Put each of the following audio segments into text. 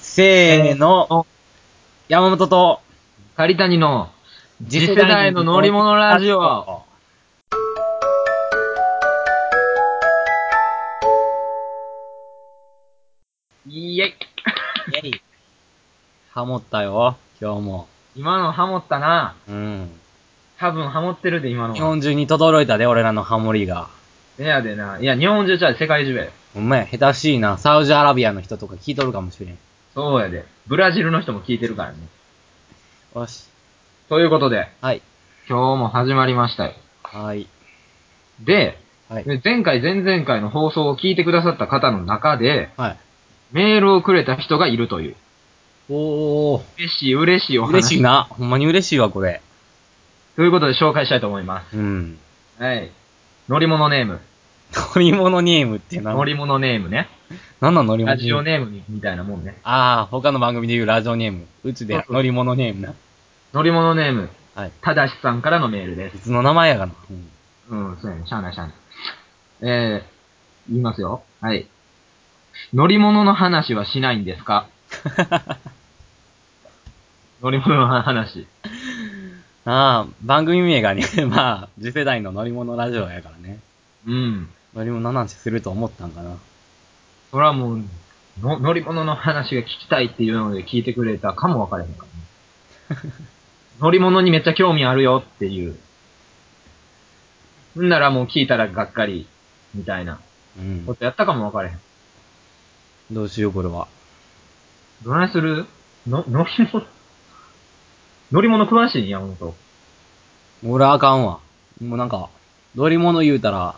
せーの。山本と、狩谷の次世代の乗り物ラジオ。。いえい。イェイ。ハモったよ、今日も。今のハモったな。うん。多分ハモってるで、今のは。日本中に轟いたで、俺らのハモリが。いやでな。いや、日本中じゃう世界中やよ。お前、下手しいな。サウジアラビアの人とか聞いとるかもしれん。そうやで。ブラジルの人も聞いてるからね。よし。ということで、はい。今日も始まりましたよ。はい。で、はい。前回、前々回の放送を聞いてくださった方の中で、はい。メールをくれた人がいるという。おー。嬉しい、嬉しいお話。嬉しいな。ほんまに嬉しいわ、これ。ということで紹介したいと思いまうん。す。はい。乗り物ネーム。乗り物ネームって何乗り物ネームね。何なん乗り物ラジオネームみたいなもんね。ああ、他の番組で言うラジオネーム。うちで乗り物ネームな。乗り物ネーム、はい。ただしさんからのメールです。別の名前やがな。うんうん、そうやね。しゃあないしゃあない。えー、言いますよ。はい。乗り物の話はしないんですか乗り物の話。ああ、番組名がね、 まあ、次世代の乗り物ラジオやからね。うん。乗り物の話すると思ったんかな。それはもう、の乗り物の話が聞きたいっていうので聞いてくれたかもわからへんからね。乗り物にめっちゃ興味あるよっていう。んならもう聞いたらがっかり、みたいなうんこ。とやったかもわからへん。どうしよう、これは。どないするの、乗り物、乗り物詳しいんや、ほんと。俺あかんわ。もうなんか、乗り物言うたら、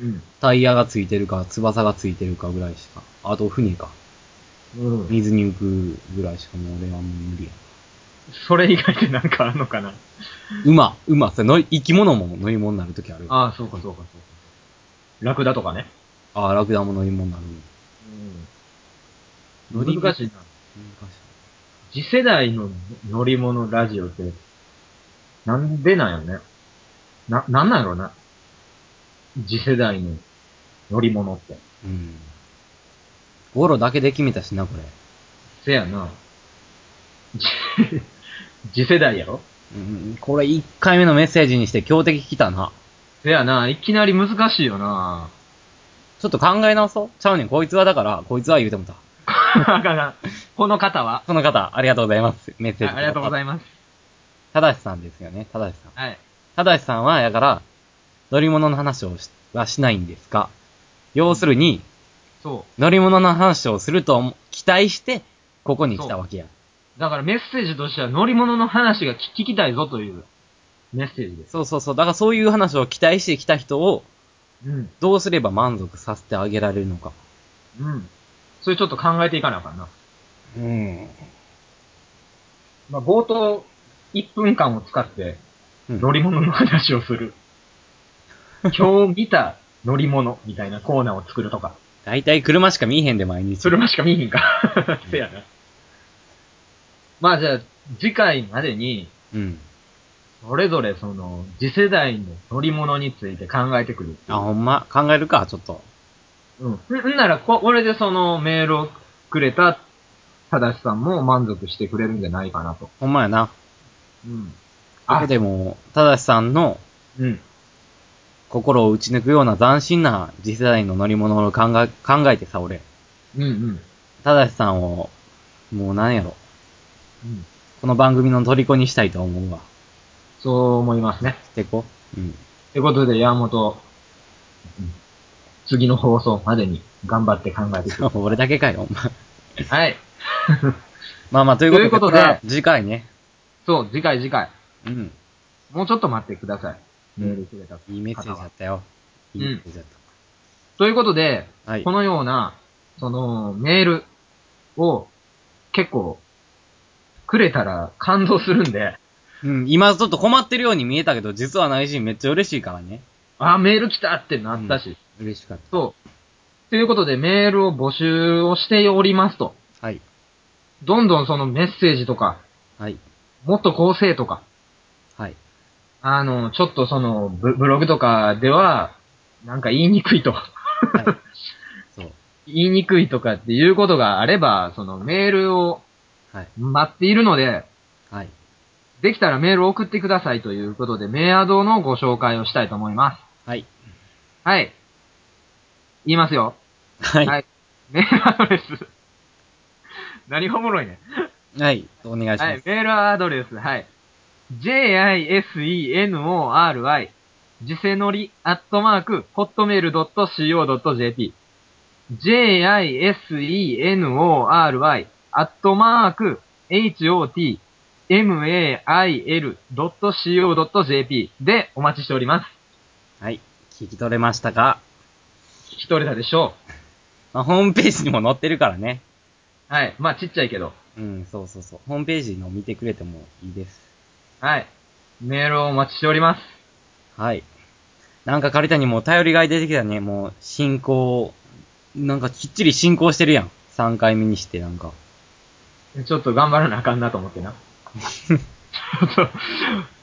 うん。タイヤがついてるか、翼がついてるかぐらいしか。あと、船か。うん。水に浮くぐらいしかもう俺はもう無 理や。それ以外でなんかあるのかな馬、馬、それ乗り、生き物も乗り物になるときあるよ。ああ、そうかそうかそうか。ラクダとかね。ああ、ラクダも乗り物になる。う乗りん。難しいな。難しい次世代の乗り物ラジオって、なんでなんやろね。な、なんなんやろな。次世代の乗り物って。うん。ゴロだけで決めたしな、これ。せやな。 次世代やろうん、これ1回目のメッセージにして強敵来たな。せやな。いきなり難しいよな。ちょっと考え直そう。ちゃうねん、こいつはだから、こいつは言うてもた。あかんあかんこの方はその方、ありがとうございます。メッセーあジ。ありがとうございます。います。ただしさんですよね、ただしさん。はい。ただしさんは、やから、乗り物の話をしはしないんですか要するに、そ乗り物の話をすると思期待して、ここに来たわけや。う。だからメッセージとしては乗り物の話が聞聞きたいぞというメッセージです。そうそうそう。だからそういう話を期待してきた人を、うん。どうすれば満足させてあげられるのか。うん。それちょっと考えていかなあかんな。うん。まあ、冒頭、1分間を使って、うん乗り物の話を する。今日見た乗り物みたいなコーナーを作るとか。大体車しか見えへんで、毎日。。車しか見えへんか せやな。まあじゃあ、次回までに、うん。それぞれその、次世代の乗り物について考えてくるっていうあ、ほんま、考えるか、ちょっと。うん。んんならこ、これでそのメールをくれた、ただしさんも満足してくれるんじゃないかなと。ほんまやな。うん。ここでも、ただしさんのうん。心を打ち抜くような斬新な次世代の乗り物を考え、考えてさ、俺。うんうん。ただしさんを、もうなんやろ。うん。この番組の虜にしたいと思うわ。そう思いますね。してこ。うん。 ってことで、山本、うん次の放送までに頑張って考えてく俺だけかよ、お前。ださい。はい。まあまあ、ということで、ということでこれは次回ね。そう、次回次回。うん。もうちょっと待ってください。うんメールくれた方は。いいメッセージだったよ。いいメッセージだっということで、た。はいこ。のような、その、メールを結構、くれたら感動するんで、うん、今ちょっと困ってるように見えたけど、実は内心めっちゃ嬉しいからね。あ、メール来たってなったし。嬉しかっそう。ということで、メールを募集をしておりますと。た。はい。どんどんそのメッセージとか、はい。もっと構成とか、はい。あの、ちょっとそのブ、ブログとかでは、なんか言いにくいと。はい。そう。言いにくいとかっていうことがあれば、そのメールをはい。待っているので、はい。できたらメールを送ってくださいということで、メアドのご紹介をしたいと思いまはい。す。はい。言いますよ。はい。はいメールアドレス。何がおもろいね。はい。お願いしはまいす。、メールアドレス、はい。jisenori, じせのり、アットマーク、hotmail.co.jp。jisenori, アットマーク、hotmail.co.jp でお待ちしております。はい。聞き取れましたか聞き取れたでしょまあ、ホームページにも載ってるからね。う。はい。まあ、ちっちゃいけど。うん、そうそうそう。ホームページの見てくれてもいいです。はい。メールをお待ちしております。はい。なんか、カリタにもう頼りがい出てきたね。もう、進行、なんかきっちり進行してるやん。3回目にして、なんか。ちょっと頑張らなあかんなと思ってな。 ちょっと、ちょっ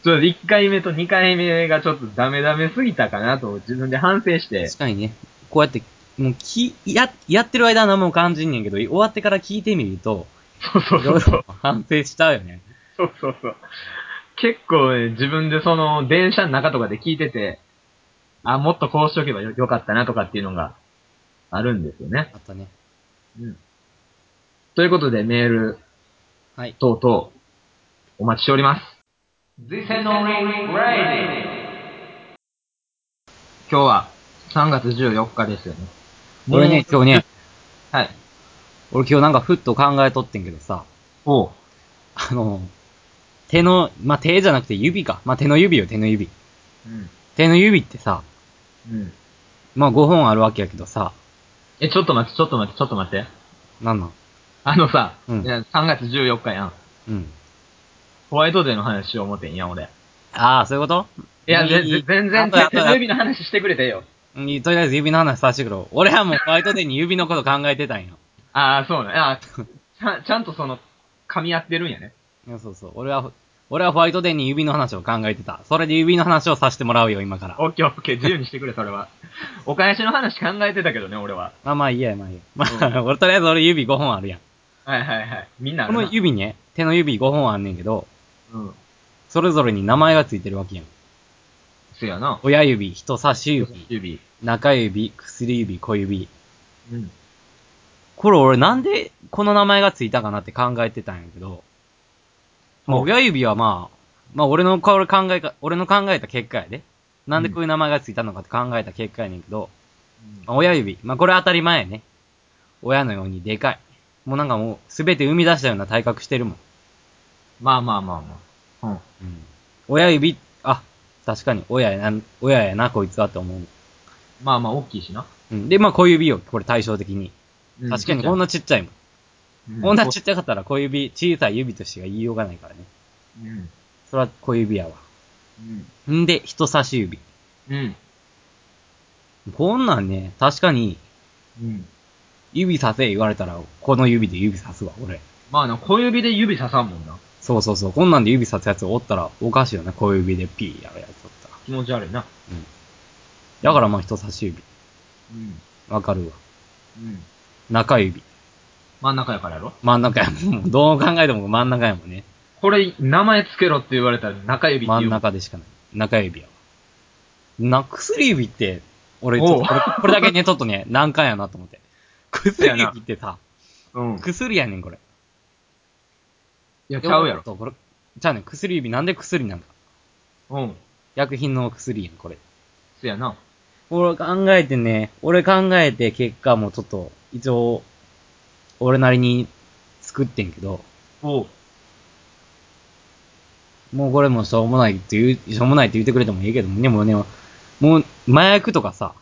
と1回目と2回目がちょっとダメダメすぎたかなと自分で反省して確、かにね、こうやって、もうき、や、やってる間は何も感じんねんけど、終わってから聞いてみると、そうそういろそういそうろ、反省しちゃうよね。そうそうそう。結構、ね、自分でその電車の中とかで聞いてて、あ、もっとこうしとけばよよかったなとかっていうのがあるんですよね。あったね。うん。ということでメールはい。等々お待ちしております。今日は3月14日ですよね。俺ね、今日ね、はい。俺今日なんかふっと考えとってんけどさ、おう。あの、手の、まあ、手じゃなくて指か。まあ、手の指よ、手の指。うん。手の指ってさ、うん。まあ、5本あるわけやけどさ、え、ちょっと待って、ちょっと待って、ちょっと待って。なんなんあのさ、うんいや3月14日やん。うん。ホワイトデーの話しよう思ってんやん、俺。ああ、そういうこといや、ぜいぜい全あ然、とあと手の指の話してくれてよ。うんとりあえず指の話させてくれ。俺はもうホワイトデーに指のこと考えてたんよ。ああ、そうね。あーちゃんちゃんとその、噛み合ってるんやね。いやそうそう。俺は、俺はホワイトデーに指の話を考えてた。それで指の話をさせてもらうよ、今から。オッケーオッケー、自由にしてくれ、それは。お返しの話考えてたけどね、俺は。まあまあいいや、まあいいや。まあ、俺とりあえず俺指5本あるやん。はいはいはい。みんなあこるなの指ね、手の指5本あんねんけど、うん。それぞれに名前がついてるわけやん。そやな。親指、人差し指、指。中指、薬指、小指。うん。これ俺なんでこの名前がついたかなって考えてたんやけど、まあうん親指はまあ、まあ俺のこれ考えか、俺の考えた結果やで。なんでこういう名前がついたのかって考えた結果やねんけど、まあ親指。まあ、これ当たり前やね。親のようにでかい。もうなんかもう、すべて生み出したような体格してるもん。まあまあまあまあ。うん。うん。親指、あ、確かに親やな、親やな、こいつはと思う。まあまあ、大きいしな。うん。で、まあ、小指よ、これ対照的に。うん確かにこん、なちっちゃいもん。こんなちっちゃかったら小指、小さい指としか言いようがないからね。うん。それは小指やわ。うん。んで、人差し指。うん。こんなんね、確かに、うん。指させ言われたら、この指で指さすわ、俺。まあな、小指で指刺さんもんな。そうそうそう。こんなんで指さすやつおったら、おかしいよね。小指でピーやるやつおったら。気持ち悪いうな。ん。だからまあ人差し指。うん。わかるわ。うん。中指。真ん中やからやろ真ん中やもん。 どう考えても真ん中やもんね。これ、名前つけろって言われたら中指って真言んう。中でしかない。中指やわ。な、薬指って、俺、ちおょうっとこれ、これだけね、ちょっとね、難関やなと思って。薬指ってさ、うん。い薬やねん、これ。や、ちゃうやろ。そうこれ、ちゃうねん、薬指なんで薬なんか。うん。薬品の薬やん、これ。そやな。俺考えてね、俺考えて結果もちょっと、一応、俺なりに作ってんけど、おう。もうこれもしょうもないって言う、しょうもないって言ってくれてもいいけども、でもね、もう、麻薬とかさ、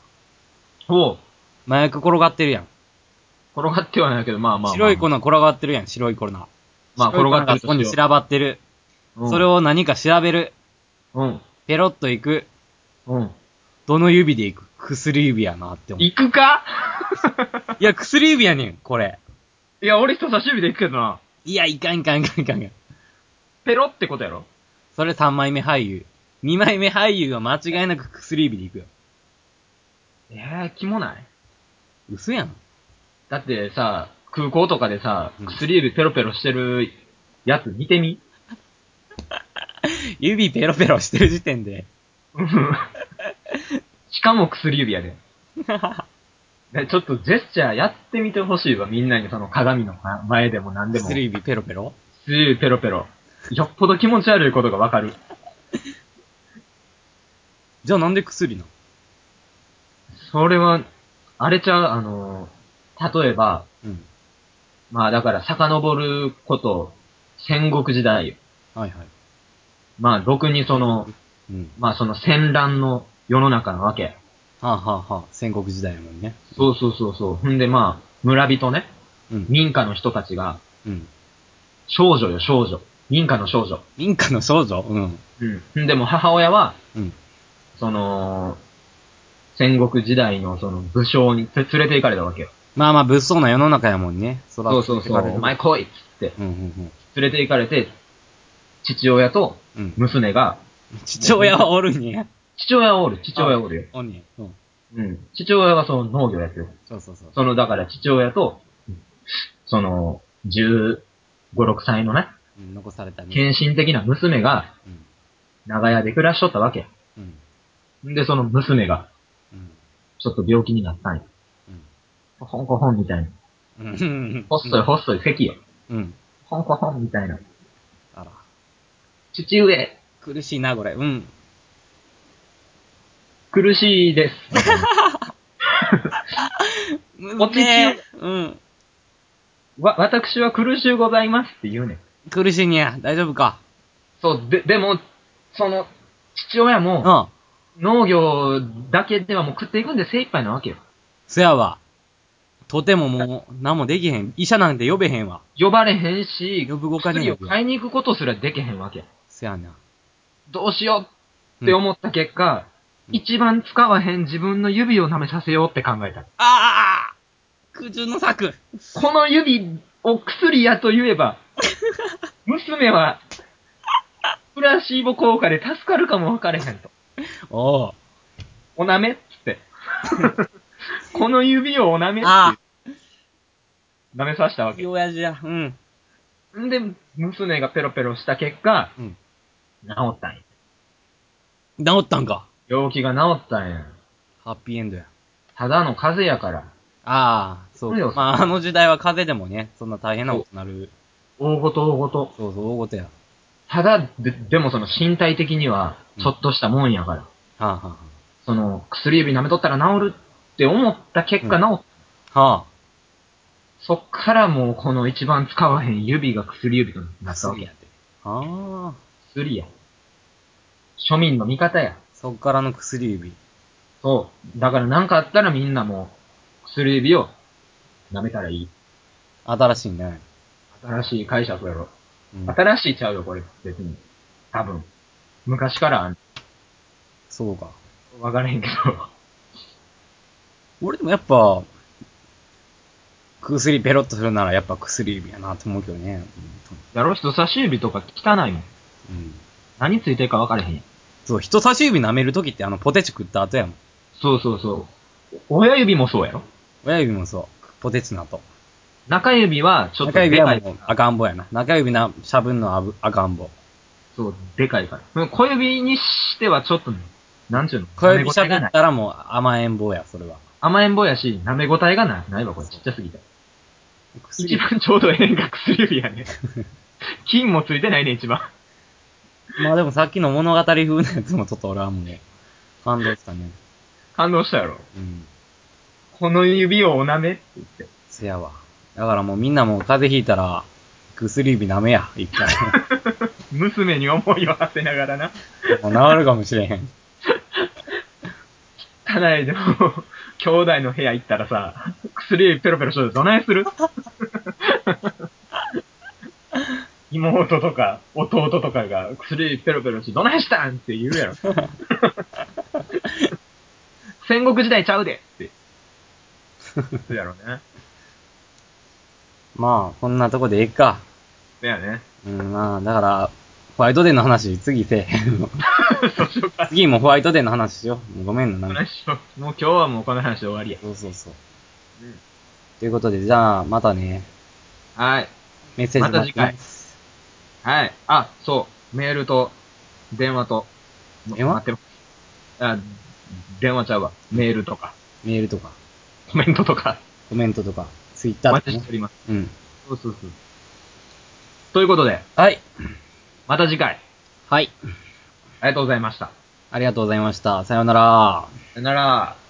おう。麻薬転がってるやん。転がってはないけど、まあまあまあ。白い粉転がってるやん、白い粉。ままあ転がってるとしようそこに散らばってる。うんそれ。を何か調べる。うん。ペロッといく。うん。どの指でいく薬指やなって思う。い行くかや、薬指やねん、これ。いや、俺人差し指で行くけどな。いや、いかんいかんいかんいかんいかん。ペロってことやろそれ3枚目俳優。2枚目俳優は間違いなく薬指でいくよ。ええ、キモない嘘やん。だってさ、空港とかでさうん、薬指ペロペロしてるやつ見て み指ペロペロしてる時点で。しかも薬指やで。でちょっとジェスチャーやってみてほしいわ、みんなにその鏡の前でも何でも。薬指ペロペロ薬指ペロペロ。よっぽど気持ち悪いことがわかる。じゃあなんで薬なのそれは、あれちゃう、あの、例えば、うん。まあだから遡ること、戦国時代よ。はいはい。まあ、ろくにその、うん。まあその戦乱の世の中なわけ。はあ、はあはあ、戦国時代やもんね。そうそうそうそう。ほんでまあ、村人ね、うん。民家の人たちが、うん。少女よ少女。民家の少女。民家の少女うん。うん。ほんでも母親は、うん。その、戦国時代のその武将につ連れて行かれたわけよ。まあまあ、物騒な世の中やもんね。そらそうそうそう。お前来いっつって、うんうん連れて行かれて、父親とうん。うん。娘が、父親はおるんや。父親はおる、父親はおるよ。おんねんうん。うん。父親はその農業やってる。そうそうそう。その、だから父親と、その、15、6歳のね、うん残されたね。献身的な娘が、うん。長屋で暮らしとったわけ。うん。んで、その娘が、うん。ちょっと病気になったんよ。コホンコホンみたいな。うん。うん。細い細い咳よ。うん。コホンコホンみたいな。あら。父上、苦しいな、これ。うん。苦しいです。 お父ねうん。わ、私は苦しゅうございますって言うねん。苦しいにゃ。大丈夫か。そう、で、でも、その、父親うも、ん。農業だけではもう食っていくんで精一杯なわけよ。そやわ。とてももう、何もできへん。医者なんて呼べへんわ。呼ばれへんし、呼ぶごかねえ薬よを。買いに行くことすらできへんわけ。そやな。どうしようって思った結果、うん一番使わへん自分の指を舐めさせようって考えた。ああ苦渋の策。この指を薬やと言えば、 娘は、プラシーボ効果で助かるかもわかれへんと。おう。お舐めっつ って。この指をお舐めっつあって、舐めさせたあわけ。親父や。うん。んで、娘がペロペロした結果、うん。治ったんや。治ったんか。病気が治ったんや。ハッピーエンドや。ただの風邪やから。ああ、そそううよまあ、あの時代は風邪でもね、そんな大変なことなる。大ごと大ごと。そうそう、大ごとや。はただ、で、でもその身体的には、ちょっとしたもんやから。あ、はその、薬指舐めとったら治るって思った結果う治っ、あ、はそっからもうこの一番使わへん指が薬指とあ、なったわ薬けや。って。ああ、薬や。庶民の味方や。そっからの薬指。そう。だからなんかあったらみんなもう、薬指を舐めたらいい。新しいね。新しい解釈やろ。うん、新しいちゃうよ、これ。別に。多分。昔からあん、そうか。わから へんけど。俺でもやっぱ、薬ペロッとするならやっぱ薬指やなと思うけどね。やろ、人差し指とか汚いもん。うん。何ついてるか分からへんやん。そう、人差し指舐めるときってあのポテチ食った後やもん。そうそうそう。お親指もそうやろ親指もそう。ポテチの後。中指はちょっと中で指はかもい。う赤ん坊やな。中指な、しゃぶんのあぶ赤ん坊。そう、でかいから。うん小指にしてはちょっと、なんちゅうの小指しゃぶがなっい。たらもう甘えん坊や、それは。甘えん坊やし、舐め応えがない。ないわ、これ。ちっちゃすぎて。薬一番ちょうどええんが薬指 やね。金もついてないね、一番。まあでもさっきの物語風のやつもちょっと俺はもう、感動したね。感動したやろ。うん。この指をお舐めって言って。せやわ。だからもうみんなもう風邪ひいたら、薬指舐めや、一 回。娘に思いを馳せながらな。もう治るかもしれへん。家内でも、兄弟の部屋行ったらさ、薬指ペロペロしといてどないする妹とか弟とかが薬指ペロペロしてどないしたんって言うやろ。戦国時代ちゃうでって。そうやろね。まあ、こんなとこでええか。そうやね。うん、まあ、だから、ホワイトデーの話、次せえへ ん。そうしようか。次もホワイトデーの話しよう。もうごめんな、こなんのか。話をもう今日はもうこの話で終わりや。そうそうそう。うんということで、じゃあ、またね、はい。メッセージ待ってます。はい。あ、そう。メールと、電話と、電話待ってます。あ、電話ちゃうわ。メールとか、メールとか、コメントとか、コメントとか、ツイッおター待とちかしねて。おります。うん。そうそうそう。ということで、はい。また次回、はい。ありがとうございました。ありがとうございました。さようなら。さよなら。